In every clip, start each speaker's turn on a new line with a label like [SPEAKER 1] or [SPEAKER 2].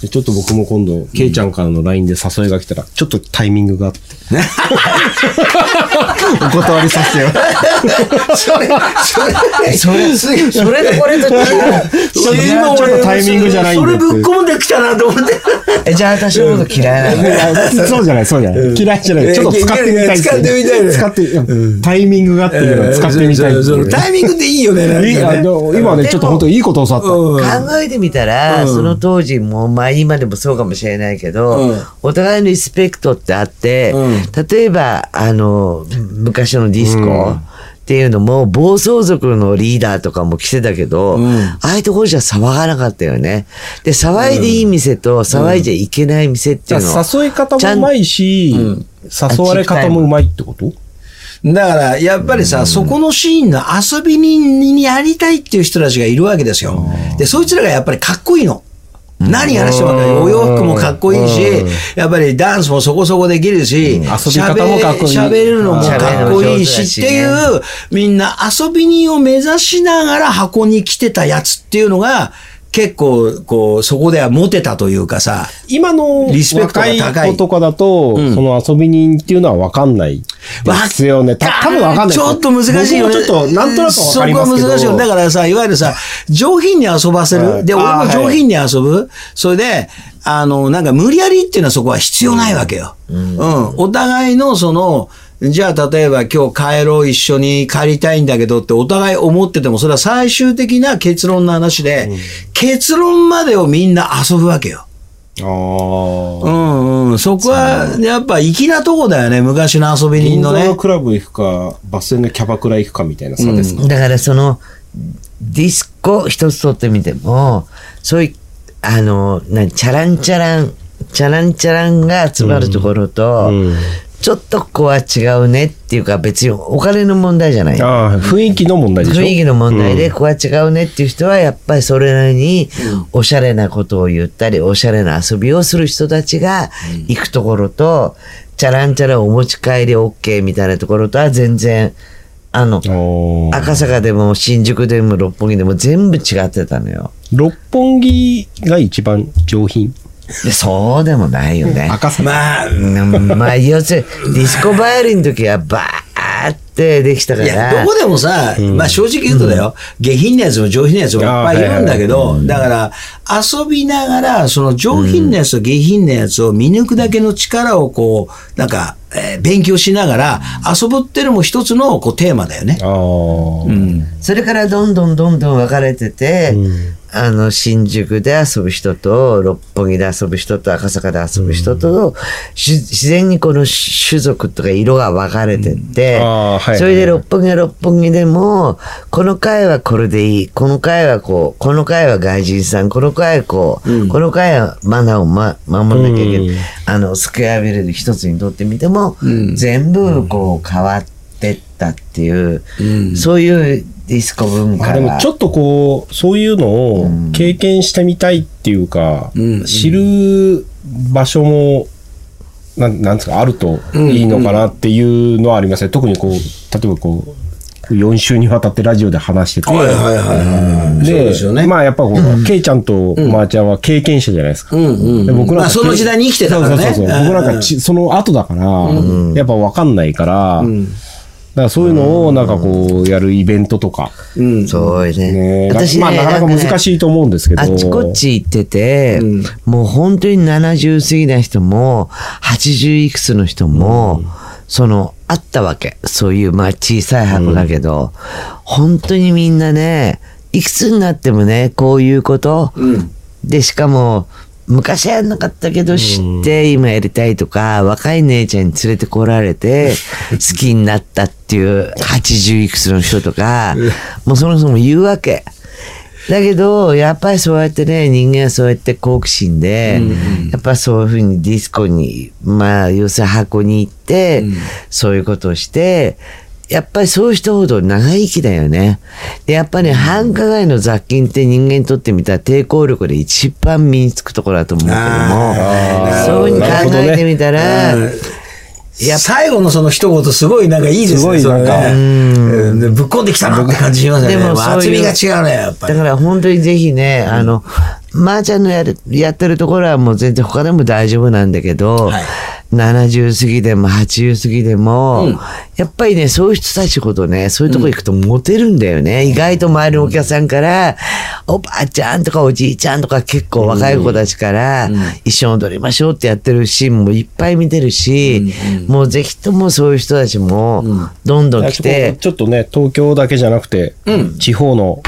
[SPEAKER 1] でちょっと僕も今度、ケイちゃんからの LINE で誘いが来たら、ちょっとタイミングがあって。 お断りさせて よ。
[SPEAKER 2] それ、それ、それ、
[SPEAKER 3] それとこれと違う。
[SPEAKER 1] それ今俺ちょっとタイミングじゃないん
[SPEAKER 2] そ
[SPEAKER 1] だっ
[SPEAKER 2] れ
[SPEAKER 1] て
[SPEAKER 2] ぶっ込んできたなと思って。
[SPEAKER 3] え、じゃあ私のこと嫌いなの
[SPEAKER 1] そうじゃない、そうじゃない。嫌いじゃない。ちょっと使ってみたい
[SPEAKER 2] 使ってみたいね
[SPEAKER 1] 使って、うんタイミングがあっていうのは使ってみたいって
[SPEAKER 2] そ
[SPEAKER 1] いう
[SPEAKER 2] のタイミングでいいよね、なんかね
[SPEAKER 1] いやでも今ね、ちょっと本当にいいことを教わった。
[SPEAKER 2] うん
[SPEAKER 3] 考えてみたら、その当時もうまあ今でもそうかもしれないけど、
[SPEAKER 2] うん
[SPEAKER 3] お互いのリスペクトってあって、
[SPEAKER 2] う
[SPEAKER 3] 例えばあの昔のディスコっていうのも暴走族のリーダーとかも来てたけど、
[SPEAKER 2] ん
[SPEAKER 3] ああいうところじゃ騒がなかったよね。で騒いでいい店と騒いじゃいけない店っていうのは、
[SPEAKER 1] 誘い方もうまいし、誘われ方もうまいってこと
[SPEAKER 2] だから、やっぱりさ、そこのシーンの遊び人にやりたいっていう人たちがいるわけですよ。で、そいつらがやっぱりかっこいいの。何やらしてもらったらお洋服もかっこいいし、やっぱりダンスもそこそこできるし、遊び
[SPEAKER 1] 方もかっこいい
[SPEAKER 2] 喋るのもかっこいいし
[SPEAKER 3] うん
[SPEAKER 2] っていう、みんな遊び人を目指しながら箱に来てたやつっていうのが、結構、こう、そこではモテたというかさ、
[SPEAKER 1] 今の
[SPEAKER 2] リスペクトが
[SPEAKER 1] 若
[SPEAKER 2] 高い
[SPEAKER 1] い子とかだと、その遊び人っていうのは分かんないですよね。た多分分かんない。
[SPEAKER 2] ちょっと難しいよね。
[SPEAKER 1] 僕もちょっと、なんとなく分かりますけ
[SPEAKER 2] そこは
[SPEAKER 1] ど。
[SPEAKER 2] 難しいよ。だからさ、いわゆるさ、上品に遊ばせる。
[SPEAKER 1] はい
[SPEAKER 2] で、俺
[SPEAKER 1] あ
[SPEAKER 2] も
[SPEAKER 1] ー
[SPEAKER 2] 上品に遊ぶ。それで、あの、なんか無理やりっていうのはそこは必要ないわけよ。うん。お互いのその、じゃあ例えば今日帰ろう一緒に帰りたいんだけどってお互い思っててもそれは最終的な結論の話で、結論までをみんな遊ぶわけよ。
[SPEAKER 1] あ
[SPEAKER 2] う
[SPEAKER 1] あ。
[SPEAKER 2] んうん。そこはやっぱ粋なとこだよね。昔の遊び人
[SPEAKER 1] 銀
[SPEAKER 2] の
[SPEAKER 1] 座
[SPEAKER 2] ね。
[SPEAKER 1] のクラブ行くか、バス停のキャバクラ行くかみたいな差ですか。
[SPEAKER 3] だからそのディスコ一つ取ってみてもそういうあの何チャランチャランチャランチャランが集まるところと、
[SPEAKER 1] うん
[SPEAKER 3] ちょっとここは違うねっていうか別にお金の問題じゃない。
[SPEAKER 1] ああ、雰囲気の問題でしょ
[SPEAKER 3] 雰囲気の問題で、ここは違うねっていう人は、やっぱりそれなりに、おしゃれなことを言ったり、おしゃれな遊びをする人たちが行くところと、チャランチャランお持ち帰り OK みたいなところとは全然、あの、
[SPEAKER 1] おー
[SPEAKER 3] 赤坂でも新宿でも六本木でも全部違ってたのよ。
[SPEAKER 1] 六本木が一番上品。
[SPEAKER 3] でそうでもないよね。
[SPEAKER 1] 赤坂。
[SPEAKER 2] まあ、
[SPEAKER 3] うんま あ要するにディスコバイオリンの時はバーってできたか
[SPEAKER 2] いや、
[SPEAKER 3] ら
[SPEAKER 2] どこ。でもさ、まあ正直言うとだよ、下品なやつも上品なやつもいっぱいいるんだけど、だから遊びながら、その上品なやつと下品なやつを見抜くだけの力をこう、なんか、えー勉強しながら、遊ぶってのも一つのこうテーマだよね。
[SPEAKER 1] ああ。
[SPEAKER 2] うん。
[SPEAKER 3] それからどんどんどんどん分かれてて、あの新宿で遊ぶ人と六本木で遊ぶ人と赤坂で遊ぶ人と、し自然にこの種族とか色が分かれてって、
[SPEAKER 1] うんあーはい
[SPEAKER 3] それで六本木は六本木でもこの回はこれでいいこの回はこうこの回は外人さんこの回はこう、この回はマナーを、ま、守らなきゃいけない、
[SPEAKER 1] うん
[SPEAKER 3] あのスクエアビルで一つにとってみても、全部こう変わってったっていう、そういうディスコ文化
[SPEAKER 1] あ
[SPEAKER 3] が
[SPEAKER 1] でもちょっとこう、そういうのを経験してみたいっていうか、
[SPEAKER 2] うん
[SPEAKER 1] 知る場所も、なんなんですか、あるといいのかなっていうのはありますね。特にこう、例えばこう、4週にわたってラジオで話してて、
[SPEAKER 2] いはいはい。そうですよね。
[SPEAKER 1] まあやっぱこう、ケイちゃんとマーちゃんは経験者じゃないですか。
[SPEAKER 2] うんうんうん
[SPEAKER 1] で僕なんか
[SPEAKER 2] まあその時代に生きてたからね
[SPEAKER 1] そうそうそうそう
[SPEAKER 2] うん
[SPEAKER 1] 僕なんかち、その後だから、やっぱ分かんないから、だからそういうのをなんかこう、やるイベントとか、
[SPEAKER 2] うん。
[SPEAKER 3] そうね
[SPEAKER 1] ね、
[SPEAKER 3] 私ね、
[SPEAKER 1] まあなかなか難
[SPEAKER 3] い
[SPEAKER 1] しいと思うんですけど。
[SPEAKER 3] あっちこっち行ってて、もう本当に70過ぎな人も80いくつの人も、そのあったわけそういうまあ小さい箱だけど、本当にみんなねいくつになってもねこういうこと、でしかも昔はやんなかったけど知って今やりたいとか、若い姉ちゃんに連れてこられ て好きになったっていう80いくつの人とか、もうそもそも言うわけ。だけど、やっぱりそうやってね、人間はそうやって好奇心で、やっぱそういうふうにディスコに、まあ、要するに箱に行って、そういうことをして、やっぱりそういう人ほど長生きだよね。で、やっぱり、ね、繁華街の雑菌って人間にとってみたら抵抗力で一番身につくところだと思うけども
[SPEAKER 2] あ、
[SPEAKER 3] そういうふうに考えてみたら、
[SPEAKER 2] いや、最後のその一言すごいなんかいいです
[SPEAKER 1] すご
[SPEAKER 2] ね、
[SPEAKER 1] い
[SPEAKER 2] それ
[SPEAKER 1] なん
[SPEAKER 2] ね。
[SPEAKER 1] か
[SPEAKER 2] うんでぶっこんできたなって感じしますよね。
[SPEAKER 3] でもそう
[SPEAKER 2] 厚
[SPEAKER 3] い
[SPEAKER 2] み
[SPEAKER 3] う
[SPEAKER 2] が違うね、やっぱ
[SPEAKER 3] だ
[SPEAKER 2] り。
[SPEAKER 3] から本当にぜひね、あの、まーちゃんのやる、やってるところはもう全然他でも大丈夫なんだけど、
[SPEAKER 2] はい
[SPEAKER 3] 70過ぎでも80過ぎでも、やっぱりね、そういう人たちほどね、そういうとこ行くとモテるんだよね。意外と周りのお客さんから、おばあちゃんとかおじいちゃんとか結構若い子たちから、一緒に踊りましょうってやってるシーンもいっぱい見てるし、もうぜひともそういう人たちも、どんどん来て、
[SPEAKER 1] ちょっとね、東京だけじゃなくて、地方の、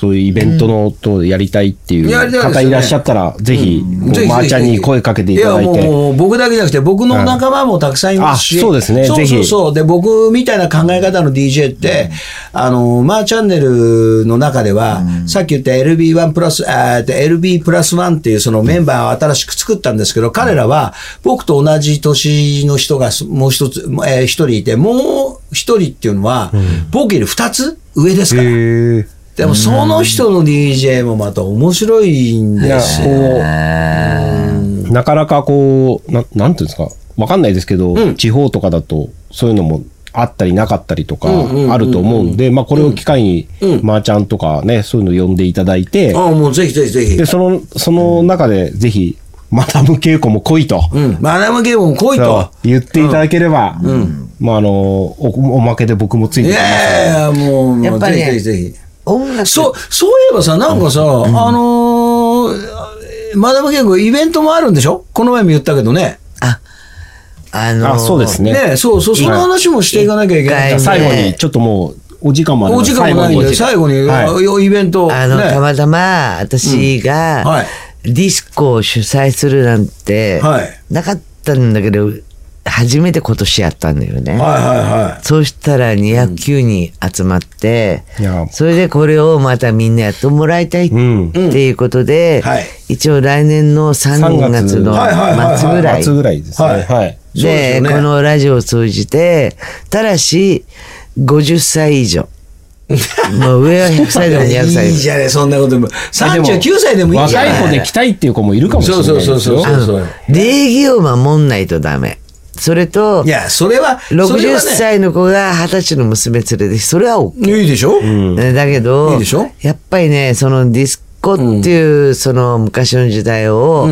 [SPEAKER 1] そういうイベントのとやりたいってい
[SPEAKER 2] やりたいで
[SPEAKER 1] う
[SPEAKER 2] すよね
[SPEAKER 1] 方いらっしゃったら、ぜひ、
[SPEAKER 2] ぜ
[SPEAKER 1] も
[SPEAKER 2] ひぜ
[SPEAKER 1] う
[SPEAKER 2] ひ
[SPEAKER 1] まーちゃんに声かけていただい
[SPEAKER 2] やもう
[SPEAKER 1] て、
[SPEAKER 2] もう僕だけじゃなくて、僕のお仲間もたくさんいますし。
[SPEAKER 1] あそうですね
[SPEAKER 2] そう
[SPEAKER 1] ぜひ
[SPEAKER 2] そうそう。で、僕みたいな考え方の DJ って、あの、まあチャンネルの中では、さっき言った LB1 プラス、えーと LB プラス1っていうそのメンバーを新しく作ったんですけど、彼らは僕と同じ年の人がすもう一つ、えー一人いて、もう一人っていうのは、僕より二つ上ですから。
[SPEAKER 1] へー
[SPEAKER 2] でもその人の DJ もまた面白いん
[SPEAKER 1] い
[SPEAKER 2] で
[SPEAKER 1] や、
[SPEAKER 2] すよ。
[SPEAKER 1] こう、なかなかこう、ななんていうんですか、わかんないですけど、地方とかだと、そういうのもあったりなかったりとか、あると思うんで、まあ、これを機会に、まーちゃんとかね、そういうの呼んでいただいて、
[SPEAKER 2] ああ、もうぜひぜひぜひ。
[SPEAKER 1] で、その、その中で、ぜひ、マダム稽古も来いと。
[SPEAKER 2] うん。マダムゲームも来いと
[SPEAKER 1] そ。う言っていただければ、まああのおおまけで僕もつい
[SPEAKER 2] い
[SPEAKER 1] てきます
[SPEAKER 2] やいやいや、もう、
[SPEAKER 3] やっぱりね
[SPEAKER 2] もうぜひぜひぜ
[SPEAKER 3] 音楽
[SPEAKER 2] ひ。そう、そういえばさ、なんかさ、あのー、マダムゲームイベントもあるんでしょこの前も言ったけどね。
[SPEAKER 3] あの
[SPEAKER 1] あそうですね
[SPEAKER 2] ねそうそう、その話もしていかなきゃいけない
[SPEAKER 1] じゃあ
[SPEAKER 2] じゃん。
[SPEAKER 1] 最後にちょっともうお時間もある
[SPEAKER 2] お時間もないんで、最後に、
[SPEAKER 1] はい
[SPEAKER 2] イベント。
[SPEAKER 3] あの、
[SPEAKER 2] ね
[SPEAKER 3] たまたま私が、
[SPEAKER 2] うんはい
[SPEAKER 3] ディスコを主催するなんて、
[SPEAKER 2] はい
[SPEAKER 3] なかったんだけど、初めて今年やったんだよ
[SPEAKER 2] は
[SPEAKER 3] ね。
[SPEAKER 2] いはいはい。
[SPEAKER 3] そうしたら209人集まって、
[SPEAKER 1] いや
[SPEAKER 3] それでこれをまたみんなやってもらいたいって
[SPEAKER 1] うん
[SPEAKER 3] いうことで、
[SPEAKER 2] うんはい
[SPEAKER 3] 一応来年の3
[SPEAKER 1] 3
[SPEAKER 3] 月
[SPEAKER 1] 月
[SPEAKER 3] の
[SPEAKER 2] はいはいはいはい
[SPEAKER 3] 末ぐらい
[SPEAKER 1] 末ぐらいですね
[SPEAKER 2] はい
[SPEAKER 1] はい
[SPEAKER 2] そうです
[SPEAKER 3] で
[SPEAKER 2] よね
[SPEAKER 3] このラジオを通じて、ただし、50歳 以上。もう上は100歳でも200歳。
[SPEAKER 2] いいじゃねそんなことも。
[SPEAKER 1] えも
[SPEAKER 2] 39歳でもいいじゃない
[SPEAKER 1] 若い子で来たいっていう子もいるかもしれないですよ
[SPEAKER 2] そうそうそうそう
[SPEAKER 3] あの礼儀を守んないとダメ。それと
[SPEAKER 2] い、や、それは、それは
[SPEAKER 3] 60
[SPEAKER 2] ね
[SPEAKER 3] 歳の子が20歳の娘連れて、それは OK
[SPEAKER 2] いいでしょ
[SPEAKER 3] ねだけど
[SPEAKER 2] いいでしょ
[SPEAKER 3] やっぱりねそのディスコっていうその昔の時代を、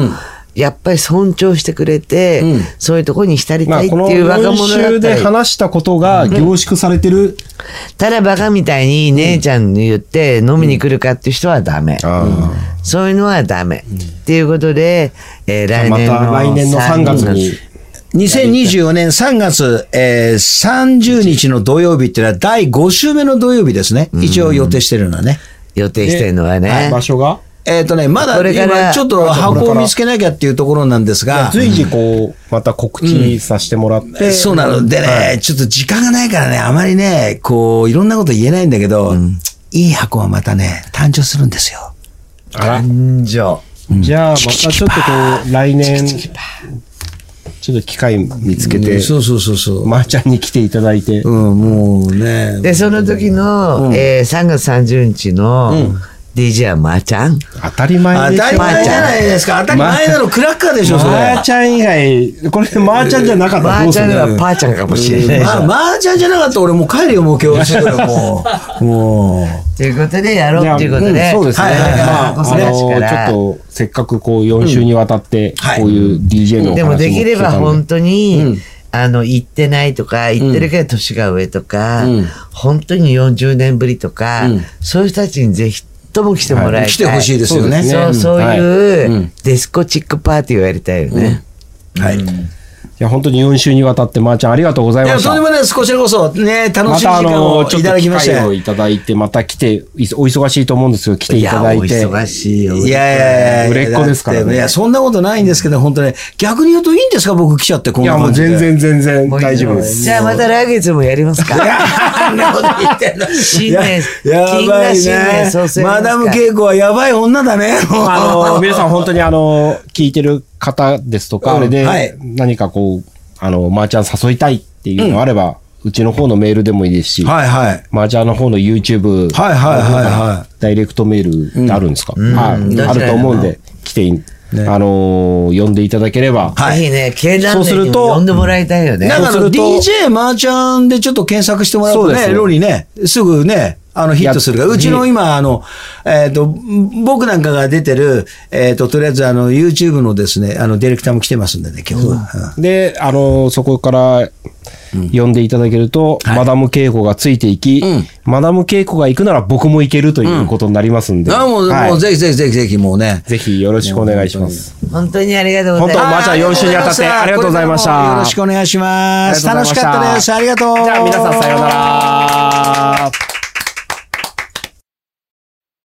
[SPEAKER 3] やっぱり尊重してくれて、そういうとこに浸り
[SPEAKER 1] ま
[SPEAKER 3] た
[SPEAKER 1] あ
[SPEAKER 3] いって
[SPEAKER 1] この
[SPEAKER 3] いう若
[SPEAKER 1] 4
[SPEAKER 3] 者だ
[SPEAKER 1] 週
[SPEAKER 3] った
[SPEAKER 1] で
[SPEAKER 3] り
[SPEAKER 1] 話したことが凝縮されてる、
[SPEAKER 3] ただバカみたいに姉ちゃんに言って飲みに来るかっていう人はダメ、
[SPEAKER 1] あ
[SPEAKER 3] そういうのはダメ、っていうことで、えー来
[SPEAKER 1] ーま
[SPEAKER 3] 年の
[SPEAKER 1] た来年の3月に
[SPEAKER 2] 2024年3月、えー、30日の土曜日っていうのは第5週目の土曜日ですね。一応予定してるのはね。
[SPEAKER 3] 予定してるのは
[SPEAKER 1] はい
[SPEAKER 3] ね
[SPEAKER 1] 場所が
[SPEAKER 2] えっ、とね、まだ
[SPEAKER 3] これから
[SPEAKER 2] 今ちょっと箱を見つけなきゃっていうところなんですが、
[SPEAKER 1] 随時こうまた告知させてもらって、
[SPEAKER 2] そうなのでね、ちょっと時間がないからね、あまりね、こう、いろんなこと言えないんだけど、いい箱はまたね、誕生するんですよ。
[SPEAKER 1] あら
[SPEAKER 3] うんじゃあ
[SPEAKER 1] じゃあまたちょっとこう来年ちょっと機会見つけて、
[SPEAKER 2] そうそうそうそう。
[SPEAKER 1] まーちゃんに来ていただいて、
[SPEAKER 2] うん、もうね。
[SPEAKER 3] でその時の、えー3月30日の、DJ はまーちゃん
[SPEAKER 1] 当たり前
[SPEAKER 2] 当
[SPEAKER 1] でしょ
[SPEAKER 2] たり前じゃないですか。当たり前なの、クラッカーでしょ、それ。
[SPEAKER 1] まーちゃん以外、これまーちゃんじゃなかったら
[SPEAKER 3] ま
[SPEAKER 1] ど
[SPEAKER 3] ー
[SPEAKER 1] う
[SPEAKER 3] ち
[SPEAKER 1] す
[SPEAKER 3] ゃ
[SPEAKER 1] る
[SPEAKER 3] ん
[SPEAKER 1] の
[SPEAKER 3] はパーちゃんかもしれない
[SPEAKER 2] まあ、マージャンじゃなかったら俺もう帰るよ、もう今日。 すぐだもう。もう。
[SPEAKER 3] ということでやろう
[SPEAKER 1] や
[SPEAKER 3] っていうことで、
[SPEAKER 1] んそうですね。
[SPEAKER 2] はいはいはい
[SPEAKER 1] まあ、あ
[SPEAKER 3] こそらしから
[SPEAKER 1] の、ちょっと、せっかくこう、4週にわたっ
[SPEAKER 2] ん
[SPEAKER 1] て
[SPEAKER 2] は、い
[SPEAKER 1] こういう DJ のお話も聞けたん
[SPEAKER 3] でもできれば本当に、あの行ってないとか行ってるけど年が上とか、本当に40年ぶりとか、そういう人たちにぜひとも来てもらいたい、
[SPEAKER 2] 来てほしいですよね。
[SPEAKER 1] そうですね
[SPEAKER 3] そうそう
[SPEAKER 1] はい
[SPEAKER 3] いう、
[SPEAKER 2] うん
[SPEAKER 3] デスコチックパーティーをやりたいよね、
[SPEAKER 2] はい。い
[SPEAKER 1] いや、本当に4週にわたって、まーちゃんありがとうござい
[SPEAKER 2] や、
[SPEAKER 1] まし
[SPEAKER 2] とん
[SPEAKER 1] た
[SPEAKER 2] で。もないです。こちらこそ、ね、楽
[SPEAKER 1] ま
[SPEAKER 2] しい時
[SPEAKER 1] たあ
[SPEAKER 2] 間を
[SPEAKER 1] の、
[SPEAKER 2] い
[SPEAKER 1] ちょったと
[SPEAKER 2] だき
[SPEAKER 1] 機
[SPEAKER 2] まして。
[SPEAKER 1] 会をいただいて、また来て、いお忙しいと思うんですけど、来て
[SPEAKER 3] い
[SPEAKER 1] いた
[SPEAKER 3] や
[SPEAKER 1] だ
[SPEAKER 3] お
[SPEAKER 1] いて。
[SPEAKER 3] 忙しいよ
[SPEAKER 2] いやいやいや。
[SPEAKER 1] 売れっ子ですからね
[SPEAKER 2] だっていや、そんなことないんですけど、本当ね。逆に言うといいんですか僕来ちゃって、こん
[SPEAKER 1] い
[SPEAKER 2] な
[SPEAKER 1] や、もう
[SPEAKER 2] 感じで
[SPEAKER 1] 全。然全然大丈夫です。
[SPEAKER 3] じゃあまた来月もやりますか
[SPEAKER 2] いやあ んなこと言って んの。
[SPEAKER 3] 新年
[SPEAKER 2] や
[SPEAKER 3] 金
[SPEAKER 2] やば
[SPEAKER 3] が
[SPEAKER 2] い
[SPEAKER 3] 新年創生
[SPEAKER 2] ね。
[SPEAKER 3] ですから
[SPEAKER 2] マダム稽古はやばい女だね。
[SPEAKER 1] あ の、皆さん本当にあの、聞いてる方ですとか、
[SPEAKER 2] うん
[SPEAKER 1] あれ
[SPEAKER 2] はい
[SPEAKER 1] で、何かこう、あの、マーちゃん誘いたいっていうのあれば、うちの方のメールでもいいですし、
[SPEAKER 2] はいはい。
[SPEAKER 1] マージャーの方の YouTube、
[SPEAKER 2] はいはいはいはい
[SPEAKER 1] ダイレクトメールってあるんですか、はい、あると思うんで、来てい
[SPEAKER 2] ね
[SPEAKER 1] あのー呼んでいただければ、
[SPEAKER 2] はい
[SPEAKER 3] ぜひね、経団
[SPEAKER 1] そうす
[SPEAKER 3] 連に
[SPEAKER 1] ると
[SPEAKER 3] も呼んでもらいたいよね。
[SPEAKER 2] だか
[SPEAKER 1] そう
[SPEAKER 2] ら
[SPEAKER 1] すると
[SPEAKER 2] DJ マーチャンでちょっと検索してもらうと
[SPEAKER 1] そうです
[SPEAKER 2] ね、
[SPEAKER 1] よ
[SPEAKER 2] ロリね、すぐね、あのヒットするから、
[SPEAKER 1] やっ
[SPEAKER 2] うちの今、あの、えっ、と、僕なんかが出てる、えっ、と、とりあえずあの、YouTube のですね、あの、ディレクターも来てますんでね、今日は。
[SPEAKER 1] で、あのーそこから呼んでいただけると、マダム恵子がついていき、マダム恵子が行くなら僕も行けるということになりますんで、
[SPEAKER 2] あもう、
[SPEAKER 1] はい
[SPEAKER 2] もうぜひぜひぜひぜひもうね。
[SPEAKER 1] ぜひよろしくお願いします。
[SPEAKER 3] 本当にありがとうご
[SPEAKER 1] 本
[SPEAKER 3] ざ
[SPEAKER 1] 当、
[SPEAKER 3] います。
[SPEAKER 1] まーちゃん、よろしくにあたってありがとうございまし
[SPEAKER 2] これから
[SPEAKER 1] た。
[SPEAKER 2] もよろしくお願いしま
[SPEAKER 1] あり
[SPEAKER 2] す。
[SPEAKER 1] がとうござ
[SPEAKER 2] 楽し
[SPEAKER 1] いました
[SPEAKER 2] かったです。ありがとう。
[SPEAKER 1] じゃあ皆さんさようなら。